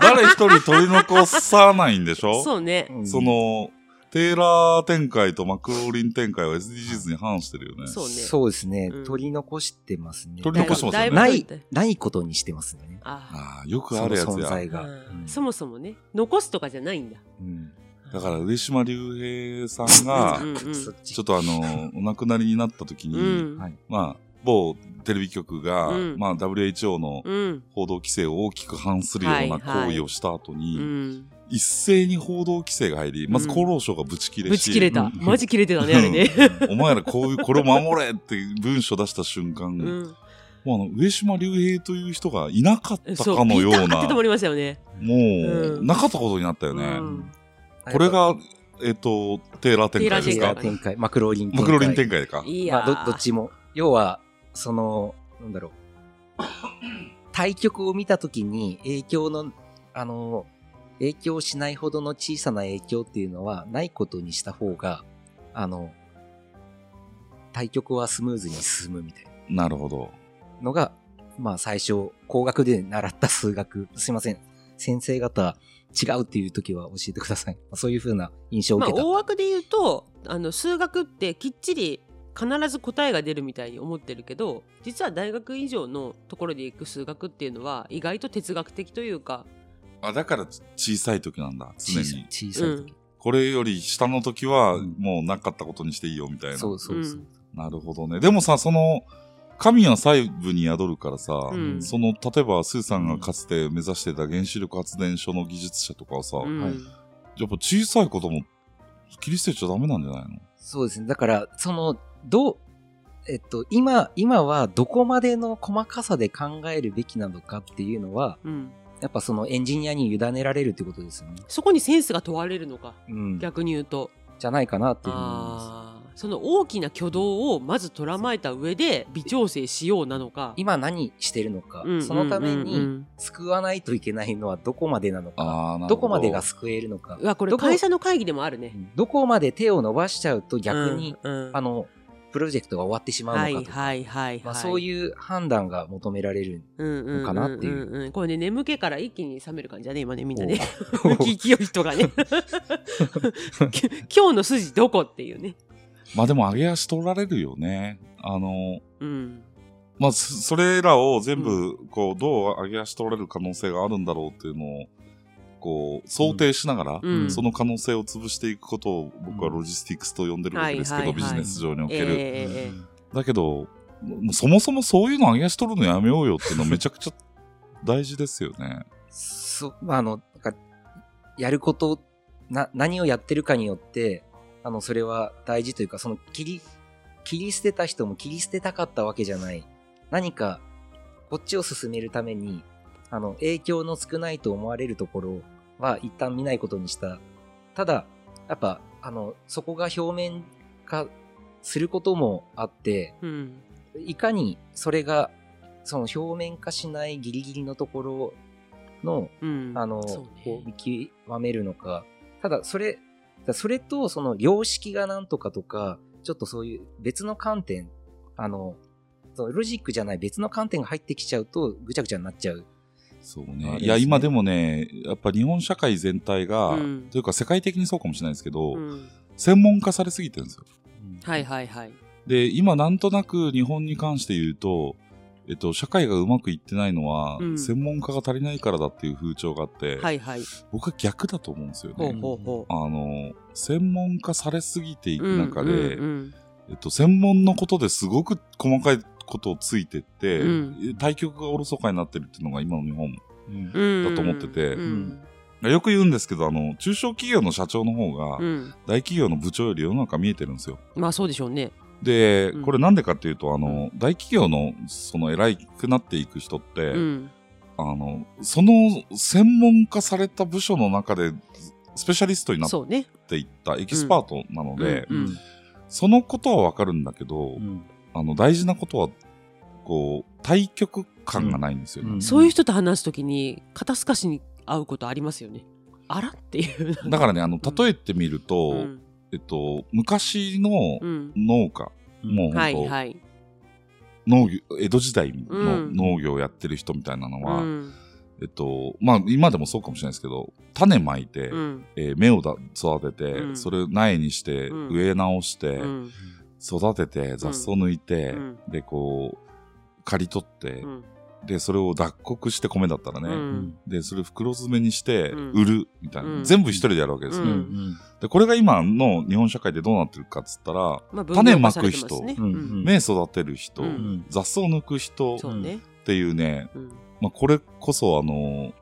[SPEAKER 3] 誰一人取り残さないんでしょ
[SPEAKER 1] *laughs* そうね。
[SPEAKER 2] うん
[SPEAKER 3] そ、の、テーラー展開とマクローリン展開は SDGs に反してるよね。
[SPEAKER 1] そうね。
[SPEAKER 2] そうですね、
[SPEAKER 1] うん
[SPEAKER 2] 取り残してますね。
[SPEAKER 3] 取り残してますよね
[SPEAKER 1] だ
[SPEAKER 2] な
[SPEAKER 1] ぶ
[SPEAKER 2] い、ないことにしてますよね。
[SPEAKER 1] あ
[SPEAKER 3] ああ、よく
[SPEAKER 2] そ
[SPEAKER 3] あ
[SPEAKER 2] の
[SPEAKER 3] るやつ
[SPEAKER 2] 存
[SPEAKER 3] や。
[SPEAKER 2] 在
[SPEAKER 1] あ
[SPEAKER 2] が。うん
[SPEAKER 1] そもそもね、残すとかじゃないんだ。
[SPEAKER 2] うん
[SPEAKER 3] だから、上島竜兵さんが
[SPEAKER 1] *laughs* う、んうん
[SPEAKER 2] そっち
[SPEAKER 3] ちょっとあの、お亡くなりになった時に、
[SPEAKER 1] うん
[SPEAKER 2] はい
[SPEAKER 3] まあ、某テレビ局が、
[SPEAKER 1] うん
[SPEAKER 3] まあ、WHO の
[SPEAKER 1] うん
[SPEAKER 3] 報道規制を大きく反するような行為をした後に、
[SPEAKER 1] うん
[SPEAKER 3] 一斉に報道規制が入り、まず厚労省がぶち切れ
[SPEAKER 1] ぶ
[SPEAKER 3] し、
[SPEAKER 1] ち切れた。
[SPEAKER 2] うん
[SPEAKER 1] マジ切れてたね、あれね。
[SPEAKER 3] お前らこういう、これを守れって文書出した瞬間、
[SPEAKER 1] うん。
[SPEAKER 3] もうあの上島竜兵という人がいなかった
[SPEAKER 1] そう、
[SPEAKER 3] かの
[SPEAKER 1] ピ
[SPEAKER 3] よ
[SPEAKER 1] タ
[SPEAKER 3] う
[SPEAKER 1] って
[SPEAKER 3] な、
[SPEAKER 1] 止まりましたよね。
[SPEAKER 3] もう、
[SPEAKER 1] うん
[SPEAKER 3] なかったことになったよね。
[SPEAKER 1] うん
[SPEAKER 3] これ、が、えっ、と、テーラー展開
[SPEAKER 2] テ
[SPEAKER 3] で
[SPEAKER 2] ー
[SPEAKER 3] す
[SPEAKER 2] ラ
[SPEAKER 3] か
[SPEAKER 2] ー展開、マクローリン展開。
[SPEAKER 3] マクロリン展開か。
[SPEAKER 1] いや
[SPEAKER 2] ま
[SPEAKER 1] ー。
[SPEAKER 2] あ、ど、どっちも。要は、その、なんだろう。対局を見たときに影響の、あの、影響しないほどの小さな影響っていうのはないことにした方が、あの、対局はスムーズに進むみたいな
[SPEAKER 3] なるほど。
[SPEAKER 2] のが、まあ最初、工学で習った数学、すいません。先生方、違うっていう時は教えてください。まあそういう風な印象を
[SPEAKER 1] ま
[SPEAKER 2] 受
[SPEAKER 1] あ、
[SPEAKER 2] けた。
[SPEAKER 1] 大枠で言うと、あの、数学ってきっちり必ず答えが出るみたいに思ってるけど、実は大学以上のところで行く数学っていうのは、意外と哲学的というか、
[SPEAKER 3] あ、だから小さい時なんだ、常
[SPEAKER 2] 小さい
[SPEAKER 3] に。
[SPEAKER 2] 小さい時、
[SPEAKER 3] これより下の時は、もうなかったことにしていいよ、みたいな。
[SPEAKER 2] そうそうそう。
[SPEAKER 3] なるほどね。でもさ、その、神は細部に宿るからさ、
[SPEAKER 1] うん
[SPEAKER 3] その、例えば、スーさんがかつて目指してた原子力発電所の技術者とかはさ、
[SPEAKER 1] うん
[SPEAKER 2] はい
[SPEAKER 3] やっぱ小さいことも切り捨てちゃダメなんじゃないの
[SPEAKER 2] そうですね。だから、その、どう、えっと、今、今はどこまでの細かさで考えるべきなのかっていうのは、
[SPEAKER 1] うん
[SPEAKER 2] やっぱそのエンジニアに委ねられるってことですよね。
[SPEAKER 1] そこにセンスが問われるのか、
[SPEAKER 2] うん。じ
[SPEAKER 1] 逆に言うと。
[SPEAKER 2] ゃないかなっていうふうに思います。
[SPEAKER 1] あーその大きな挙動をまず捉まえた上で微調整しようなのか、
[SPEAKER 2] 今何してるのか、
[SPEAKER 1] うん
[SPEAKER 2] そのため
[SPEAKER 1] うんうん
[SPEAKER 2] に救わないといけないのはどこまでなのか、
[SPEAKER 3] ああ、なるほ
[SPEAKER 2] どこまでが救えるのか
[SPEAKER 1] うん、うわこれ
[SPEAKER 2] どこ
[SPEAKER 1] 会社の会議でもあるね
[SPEAKER 2] うんどこまで手を伸ばしちゃうと逆に、
[SPEAKER 1] うんうん
[SPEAKER 2] あの、プロジェクトが終わってしまうの
[SPEAKER 1] はい
[SPEAKER 2] かとか、
[SPEAKER 1] はいはい
[SPEAKER 2] ま
[SPEAKER 1] は
[SPEAKER 2] あ、
[SPEAKER 1] い
[SPEAKER 2] そういう判断が求められる。
[SPEAKER 1] の
[SPEAKER 2] かなっていう
[SPEAKER 1] これね眠気から一気に冷める感じだね今ねみんなね
[SPEAKER 2] お
[SPEAKER 1] 聞きよい人が
[SPEAKER 2] *laughs*
[SPEAKER 1] ねき今日の筋どこっていうね、
[SPEAKER 3] まあでも上げ足取られるよね。あの、
[SPEAKER 1] うん、
[SPEAKER 3] まあ、そそれらを全部、こう、どう上げ足取られる可能性があるんだろうっていうのを、こう、想定しながら、
[SPEAKER 1] うん
[SPEAKER 3] その可能性を潰していくことを僕は
[SPEAKER 2] うん
[SPEAKER 3] ロジスティクスと呼んでるわけですけ
[SPEAKER 1] は
[SPEAKER 3] ど、
[SPEAKER 1] いはいはい
[SPEAKER 3] ビジネス上におけ
[SPEAKER 1] え
[SPEAKER 3] る。
[SPEAKER 1] え
[SPEAKER 3] だけど、もうそもそもそういうの上げ足取るのやめようよっていうのはめちゃくちゃ大事ですよね。
[SPEAKER 2] そまああの、なんか、やること、な、何をやってるかによって、あの、それは大事というか、その、切り、切り捨てた人も切り捨てたかったわけじゃない。何か、こっちを進めるために、あの、影響の少ないと思われるところは一旦見ないことにした。ただ、やっぱ、あの、そこが表面化することもあって、
[SPEAKER 1] うん
[SPEAKER 2] いかにそれが、その表面化しないギリギリのところの、
[SPEAKER 1] うん
[SPEAKER 2] あの、
[SPEAKER 1] そう
[SPEAKER 2] こう
[SPEAKER 1] ね
[SPEAKER 2] 見極めるのか。ただ、それ、だそれと、その、様式がなんとかとか、ちょっとそういう別の観点、あの、そのロジックじゃない別の観点が入ってきちゃうと、ぐちゃぐちゃになっちゃう。
[SPEAKER 3] そう
[SPEAKER 2] あ
[SPEAKER 3] ね。
[SPEAKER 2] れ
[SPEAKER 3] い
[SPEAKER 2] で
[SPEAKER 3] や、
[SPEAKER 2] すね
[SPEAKER 3] 今でもね、やっぱ日本社会全体が、
[SPEAKER 1] うん
[SPEAKER 3] というか世界的にそうかもしれないですけど、
[SPEAKER 1] うん
[SPEAKER 3] 専門化されすぎてるんですよ。
[SPEAKER 1] はいはいはい
[SPEAKER 3] で、今なんとなく日本に関して言うと、えっと、社会がうまくいってないのは、
[SPEAKER 1] うん
[SPEAKER 3] 専門家が足りないからだっていう風潮があって、
[SPEAKER 1] はいはい
[SPEAKER 3] 僕は逆だと思うんですよ
[SPEAKER 1] ほう
[SPEAKER 3] ね。
[SPEAKER 1] ほうほう
[SPEAKER 3] あの、専門化されすぎていく中で、
[SPEAKER 1] うんうんうん
[SPEAKER 3] えっと、専門のことですごく細かいことをついてって、
[SPEAKER 1] うん
[SPEAKER 3] 対局がおろそかになってるっていうのが今の日本。
[SPEAKER 2] うん
[SPEAKER 1] だ
[SPEAKER 3] だと思ってて
[SPEAKER 1] うん
[SPEAKER 3] よく言うんですけど、あの、中小企業の社長の方が
[SPEAKER 1] う、ん
[SPEAKER 3] 大企業の部長より世の中見えてるんですよ。
[SPEAKER 1] まあそうでしょうね。
[SPEAKER 3] で
[SPEAKER 1] うん、
[SPEAKER 3] これなんでかっていうと、あの、大企業の、その偉くなっていく人って、
[SPEAKER 1] うん
[SPEAKER 3] あの、その専門化された部署の中で、スペシャリストになっ
[SPEAKER 1] そうね。
[SPEAKER 3] ていったエキスパートなので、
[SPEAKER 1] うんうん
[SPEAKER 3] そのことはわかるんだけど、
[SPEAKER 2] うん
[SPEAKER 3] あの、大事なことは、こう、対局感がないんですよね。
[SPEAKER 2] うん
[SPEAKER 1] そういう人と話すときに肩透かしに会うことありますよね。あらっていう。
[SPEAKER 3] だからね、あの、
[SPEAKER 1] うん
[SPEAKER 3] 例えてみると、
[SPEAKER 1] うん
[SPEAKER 3] えっと、昔の
[SPEAKER 1] うん
[SPEAKER 3] 農家、もう
[SPEAKER 1] はい
[SPEAKER 3] 本当、
[SPEAKER 1] はい。
[SPEAKER 3] 農業、江戸時代の
[SPEAKER 1] うん
[SPEAKER 3] 農業をやってる人みたいなのは、
[SPEAKER 1] うん
[SPEAKER 3] えっと、まあ、今でもそうかもしれないですけど、種まいて、
[SPEAKER 1] うん
[SPEAKER 3] えー芽をだ育てて、
[SPEAKER 1] うん
[SPEAKER 3] それを苗にして、
[SPEAKER 1] うん
[SPEAKER 3] 植え直して、
[SPEAKER 1] うん
[SPEAKER 3] 育てて、雑草抜いて、
[SPEAKER 1] うん
[SPEAKER 3] で、こう、刈り取って、
[SPEAKER 1] うん
[SPEAKER 3] で、それを脱穀して米だったらね、
[SPEAKER 1] うん
[SPEAKER 3] で、それを袋詰めにして
[SPEAKER 1] うん、
[SPEAKER 3] 売る、みたいな、
[SPEAKER 1] うん
[SPEAKER 3] 全部一人でやるわけですね、
[SPEAKER 1] うん
[SPEAKER 3] で、これが今の日本社会でどうなってるかっつったら、
[SPEAKER 1] まあ
[SPEAKER 3] 種まく
[SPEAKER 1] 分業化されて
[SPEAKER 3] 人
[SPEAKER 1] ますね
[SPEAKER 2] うん
[SPEAKER 1] うん
[SPEAKER 3] 芽育てる人、
[SPEAKER 1] うん
[SPEAKER 2] うん
[SPEAKER 3] 雑草抜く人
[SPEAKER 1] そうね。
[SPEAKER 3] っていうね、
[SPEAKER 1] うん
[SPEAKER 3] まあ、これこそあのー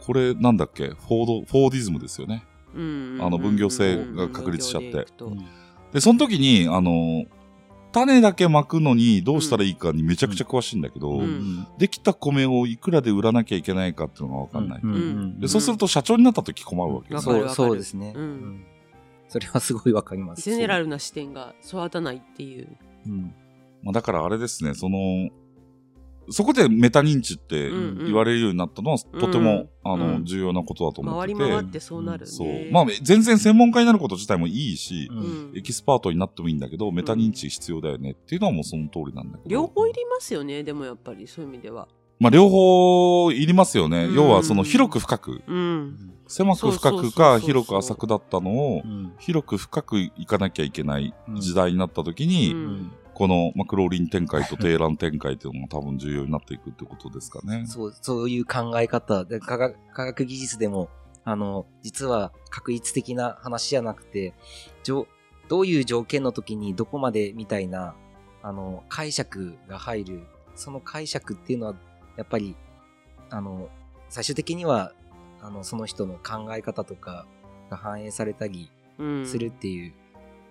[SPEAKER 3] これなんだっけ、フォード、フォーディズムですよね。
[SPEAKER 1] うん
[SPEAKER 3] あの分業制が確立しちゃって
[SPEAKER 1] 分業でいくと
[SPEAKER 3] で、その時に、あのー種だけまくのにどうしたらいいかにめちゃくちゃ詳しいんだけど、
[SPEAKER 1] うん
[SPEAKER 3] できた米をいくらで売らなきゃいけないかっていうのがわかんない、
[SPEAKER 2] うん
[SPEAKER 1] うん
[SPEAKER 3] で。そうすると社長になった時困るわけです
[SPEAKER 1] わ
[SPEAKER 3] よ。
[SPEAKER 1] か
[SPEAKER 2] そ
[SPEAKER 1] る
[SPEAKER 2] うそうですね、
[SPEAKER 1] うん
[SPEAKER 2] うんそれはすごいわかります
[SPEAKER 1] ゼネラルな視点が育たないっていう。
[SPEAKER 2] うん
[SPEAKER 3] まあ、だからあれですね、その、そこでメタ認知って
[SPEAKER 1] うんうん
[SPEAKER 3] 言われるようになったのは、とても、あの、
[SPEAKER 1] うん
[SPEAKER 3] 重要なことだと思っ
[SPEAKER 1] 回
[SPEAKER 3] て
[SPEAKER 1] り
[SPEAKER 3] て。
[SPEAKER 1] 回ってそうなるね。
[SPEAKER 3] そう。まあ、全然専門家になること自体もいいし、
[SPEAKER 2] う
[SPEAKER 1] うんん
[SPEAKER 3] エキスパートになってもいいんだけど、メタ認知必要だよねっていうのはもうその通りなんだけど。
[SPEAKER 1] 両方いりますよね。でもやっぱりそういう意味では。
[SPEAKER 3] まあ、両方いりますよね。
[SPEAKER 1] うん
[SPEAKER 3] 要は、その、広く深く、
[SPEAKER 1] うん。
[SPEAKER 3] 狭く
[SPEAKER 1] そ
[SPEAKER 3] 深
[SPEAKER 1] うそう
[SPEAKER 3] く
[SPEAKER 1] そうそう
[SPEAKER 3] か、広く浅くだったのを
[SPEAKER 2] う、ん
[SPEAKER 3] 広く深くいかなきゃいけない
[SPEAKER 2] うん
[SPEAKER 3] 時代になった時
[SPEAKER 1] う
[SPEAKER 3] に、
[SPEAKER 1] ん
[SPEAKER 3] このマクローリン展開と低卵展開っていうのが多分重要になっていくってことですかね。
[SPEAKER 2] そうそういう考え方で科学科学技術でもあの実は確率的な話じゃなくてじょどういう条件の時にどこまでみたいなあの解釈が入るその解釈っていうのはやっぱりあの最終的にはあのその人の考え方とかが反映されたり
[SPEAKER 1] うん
[SPEAKER 2] するっていう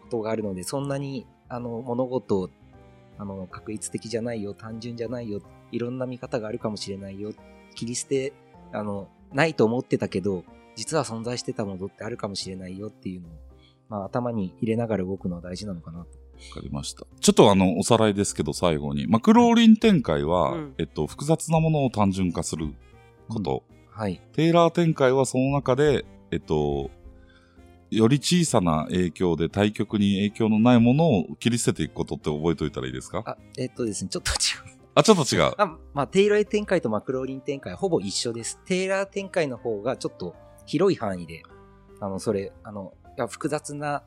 [SPEAKER 2] ことがあるので、そんなにあの物事をあの確率的じゃないよ単純じゃないよいろんな見方があるかもしれないよ切り捨てあのないと思ってたけど実は存在してたものってあるかもしれないよっていうのを、まあ、頭に入れながら動くのは大事なのかなと。
[SPEAKER 3] わかりました。ちょっとあの、おさらいですけど、最後に。マクローリン展開は、
[SPEAKER 1] うん
[SPEAKER 3] えっと、複雑なものを単純化すること。
[SPEAKER 2] はい、
[SPEAKER 3] テイラー展開はその中で、えっと、より小さな影響で対局に影響のないものを切り捨てていくことって覚えておいたらいいですかあ
[SPEAKER 2] あえっとですねちょっと違う
[SPEAKER 3] ちょっと違う。
[SPEAKER 2] あまあ、テイラー展開とマクローリン展開はほぼ一緒です。テイラー展開の方がちょっと広い範囲で、あの、それ、あの、いや複雑な、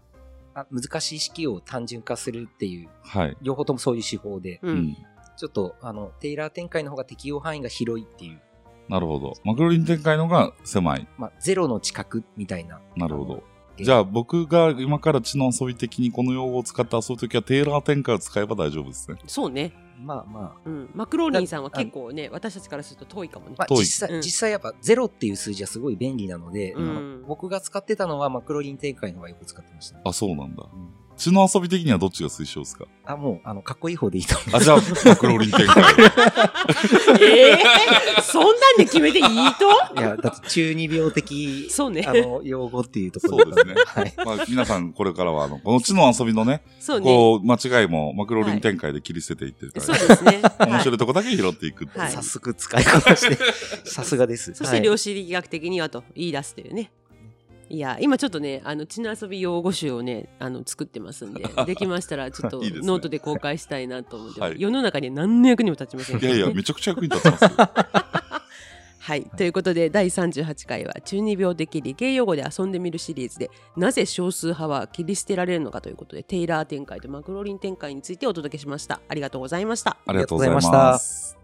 [SPEAKER 2] あ難しい式を単純化するっていう、
[SPEAKER 3] はい。
[SPEAKER 2] 両方ともそういう手法で、
[SPEAKER 1] う
[SPEAKER 3] うんん。
[SPEAKER 2] ちょっと、あの、テイラー展開の方が適用範囲が広いっていう、
[SPEAKER 3] なるほど。マクローリン展開のが狭い。
[SPEAKER 2] まあ、ゼロの近くみたいな。
[SPEAKER 3] なるほど。
[SPEAKER 2] え
[SPEAKER 3] じゃあ僕が今から知の遊び的にこの用語を使って遊ぶときはテイラー展開を使えば大丈夫ですね。
[SPEAKER 1] そうね。
[SPEAKER 2] まあまあ、
[SPEAKER 1] うんマクローリンさんは結構ね、私たちからすると遠いかもね
[SPEAKER 2] ま。あ、
[SPEAKER 3] 遠い
[SPEAKER 2] 実際、
[SPEAKER 1] うん
[SPEAKER 2] 実際やっぱゼロっていう数字はすごい便利なので、
[SPEAKER 1] うん
[SPEAKER 2] あの僕が使ってたのはマクローリン展開の方がよく使ってましたね、
[SPEAKER 3] あ、そうなんだ。
[SPEAKER 2] うん
[SPEAKER 3] 知の遊び的にはどっちが推奨ですか
[SPEAKER 2] あ、もう、あの、かっこいい方でいいと思います
[SPEAKER 3] あ、じゃあ、マクローリン展開。
[SPEAKER 1] えー *laughs* そんなんで決めていいと
[SPEAKER 2] いや、だって中二病的、
[SPEAKER 1] そうね
[SPEAKER 2] あ。の、用語っていうとこ
[SPEAKER 3] そう
[SPEAKER 2] ろ
[SPEAKER 3] ですね。
[SPEAKER 2] はい。
[SPEAKER 3] まあ、皆さん、これからは、あの、この知の遊びのね、
[SPEAKER 1] そうね。
[SPEAKER 3] こう、間違いも、マクローリン展開で切り捨てていってるから
[SPEAKER 1] そう
[SPEAKER 3] ね、
[SPEAKER 1] ですね。
[SPEAKER 3] 面
[SPEAKER 1] はい
[SPEAKER 3] 白いとこだけ拾っていくっていう
[SPEAKER 1] はい
[SPEAKER 2] 早速使いこなして、さすがです。
[SPEAKER 1] そして
[SPEAKER 2] はい
[SPEAKER 1] 量子力学的にはと言い出すというね。いや今ちょっとねあの血の遊び用語集をねあの作ってますん
[SPEAKER 3] *laughs*
[SPEAKER 1] でできましたらちょっと
[SPEAKER 3] いいですね
[SPEAKER 1] ノートで公開したいなと思って、
[SPEAKER 3] はい
[SPEAKER 1] 世の中には何の役にも立ちません
[SPEAKER 3] い
[SPEAKER 1] から
[SPEAKER 3] や
[SPEAKER 1] ね
[SPEAKER 3] いや、めちゃくちゃ役に立ってますよ。
[SPEAKER 1] *laughs* はい、ということで第38回は中二病的理系用語で遊んでみるシリーズでなぜ少数派は切り捨てられるのかということでテイラー展開とマクローリン展開についてお届けしましたありがとうございました
[SPEAKER 3] ありがとうございます。